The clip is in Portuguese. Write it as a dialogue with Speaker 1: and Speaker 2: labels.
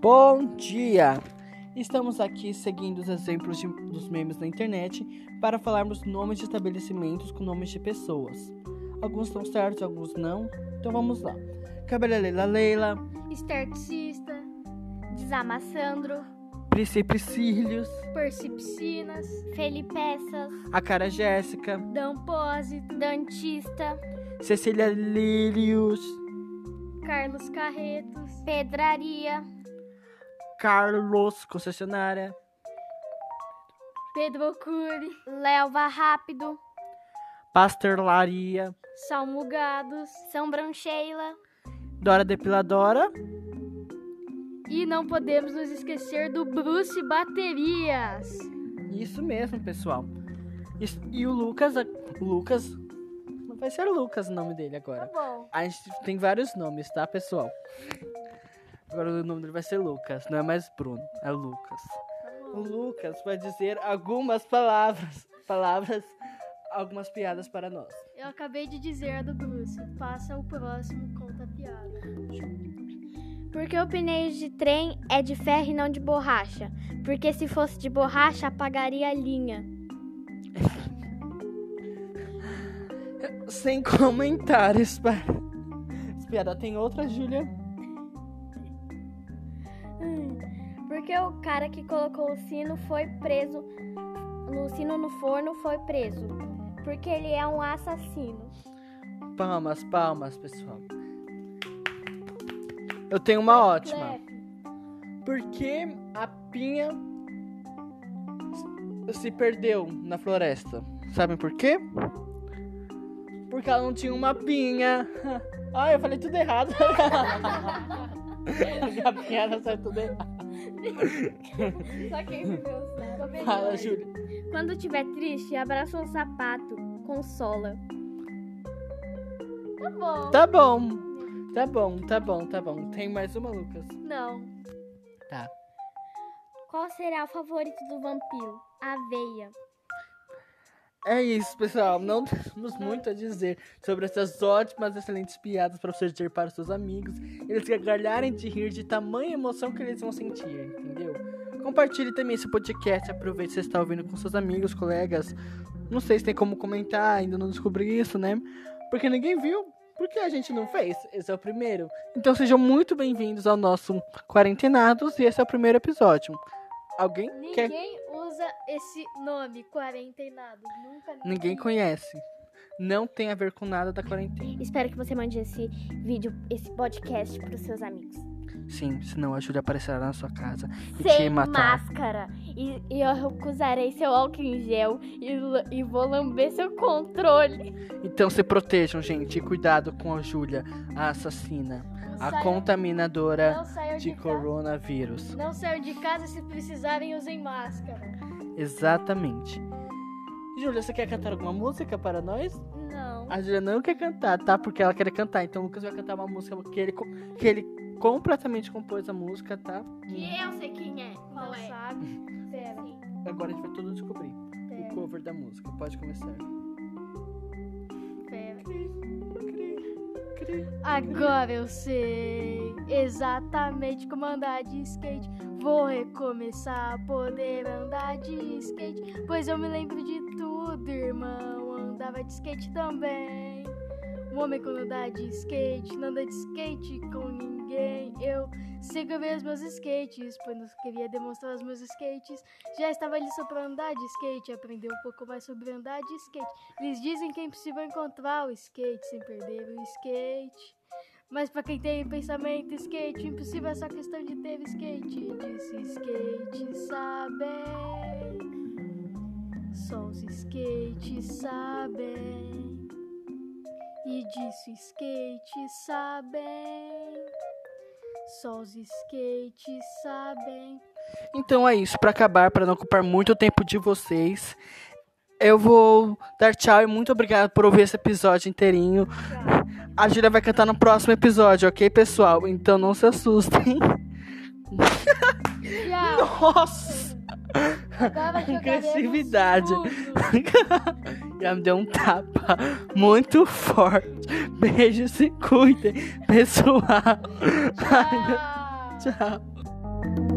Speaker 1: Bom dia! Estamos aqui seguindo os exemplos de- dos memes na internet para falarmos nomes de estabelecimentos com nomes de pessoas. Alguns estão certos, alguns não. Então vamos lá. Cabelelela Leila,
Speaker 2: Esterticista, Desamassandro,
Speaker 1: Princípio Cílios,
Speaker 2: Persipsinas, Felipeças,
Speaker 1: a cara Jéssica,
Speaker 2: Dampósito, Dantista,
Speaker 1: Cecília Lírios,
Speaker 2: Carlos Carretos, Pedraria,
Speaker 1: Carlos Concessionária,
Speaker 2: Pedro Cury, Lelva Rápido,
Speaker 1: Pastelaria,
Speaker 2: Salmugados, São Brancheila.
Speaker 1: Dora Depiladora,
Speaker 2: E não podemos nos esquecer do Bruce Baterias.
Speaker 1: Isso mesmo, pessoal. Isso- e o Lucas, o Lucas, não vai ser Lucas o nome dele
Speaker 2: Tá
Speaker 1: agora.
Speaker 2: bom.
Speaker 1: A gente tem vários nomes, tá, pessoal? Agora o nome dele vai ser Lucas, não é mais Bruno, é Lucas.
Speaker 2: tá
Speaker 1: O Lucas vai dizer algumas palavras, palavras, algumas piadas para nós.
Speaker 2: Eu acabei de dizer a do Bruce. Passa o próximo, conta a piada. Porque o pneu de trem é de ferro e não de borracha. Porque se fosse de borracha, apagaria a linha.
Speaker 1: Sem comentários para. Essa piada tem outra, Júlia?
Speaker 2: Porque o cara que colocou o sino foi preso. No sino no forno foi preso. Porque ele é um assassino.
Speaker 1: Palmas, palmas, pessoal. Eu tenho uma ótima.
Speaker 2: Clef,
Speaker 1: Por que a pinha se perdeu na floresta? Sabem por quê? Porque ela não tinha uma pinha. Ai, eu falei tudo errado. a minha piada saiu tá tudo errado.
Speaker 2: Só quem viveu sabe.
Speaker 1: Fala, Júlia.
Speaker 2: Quando tiver triste, abraça um sapato. Consola. Tá bom.
Speaker 1: Tá bom. Tá bom, tá bom, tá bom. Tem mais uma, Lucas.
Speaker 2: Não.
Speaker 1: Tá.
Speaker 2: Qual será o favorito do vampiro? Aveia.
Speaker 1: É isso, pessoal. Não temos muito a dizer sobre essas ótimas, excelentes piadas para você dizer para os seus amigos. Eles gargalharem de rir de tamanha emoção que eles vão sentir, entendeu? Compartilhe também esse podcast. Aproveite se você está ouvindo com seus amigos, colegas. Não sei se tem como comentar, ainda não descobri isso, né? Porque ninguém viu. Porque a gente não fez. Esse é o primeiro. Então sejam muito bem-vindos ao nosso Quarentenados e esse é o primeiro episódio. Alguém quer?
Speaker 2: Ninguém usa esse nome, quarentenado. Nunca
Speaker 1: Ninguém conhece. Não tem a ver com nada da quarentena.
Speaker 2: Espero que você mande esse vídeo, esse podcast pros seus amigos.
Speaker 1: Sim, senão a Júlia aparecerá na sua casa e tá? te
Speaker 2: Sem
Speaker 1: matar.
Speaker 2: máscara. E, e eu recusarei seu álcool em gel e, l- e vou lamber seu controle.
Speaker 1: Então se protejam, gente. E cuidado com a Júlia, a assassina, a
Speaker 2: Saiam-
Speaker 1: contaminadora
Speaker 2: não saiam
Speaker 1: de
Speaker 2: de casa.
Speaker 1: coronavírus.
Speaker 2: Não saiam de casa se precisarem, usem máscara.
Speaker 1: Exatamente. Júlia, você quer cantar alguma música para nós?
Speaker 2: Não.
Speaker 1: A Júlia não quer cantar, tá? Porque ela quer cantar. Então o Lucas vai cantar uma música que ele, co- que ele completamente compôs a música, tá?
Speaker 3: Que eu sei quem é.
Speaker 2: Não
Speaker 3: Qual é?
Speaker 2: sabe? Pera.
Speaker 1: Agora a gente vai tudo descobrir. O
Speaker 2: Pera,
Speaker 1: cover da música. Pode começar.
Speaker 2: pera.
Speaker 1: Cri.
Speaker 2: Agora eu sei exatamente como andar de skate. Vou recomeçar a poder andar de skate. Pois eu me lembro de tudo, irmão. Andava de skate também. Um homem quando anda de skate, não anda de skate com ninguém. Eu sigo ver os meus skates, pois não queria demonstrar os meus skates. Já estava ali só pra andar de skate, aprender um pouco mais sobre andar de skate. Eles dizem que é impossível encontrar o skate sem perder o skate. Mas pra quem tem pensamento skate, impossível é só questão de ter skate. Disse skate sabem, só os skate sabem. E disso skate sabem, só os skate sabem.
Speaker 1: Então é isso, pra acabar, pra não ocupar muito tempo de vocês, eu vou dar tchau e muito obrigado por ouvir esse episódio inteirinho. A Júlia vai cantar no próximo episódio, ok, pessoal? Então não se assustem.
Speaker 2: Tchau!
Speaker 1: Nossa!
Speaker 2: Agora jogaremos
Speaker 1: Agressividade.
Speaker 2: tudo.
Speaker 1: Já me deu um tapa muito forte. Beijo, se cuidem, pessoal.
Speaker 2: Tchau!
Speaker 1: Tchau. tchau.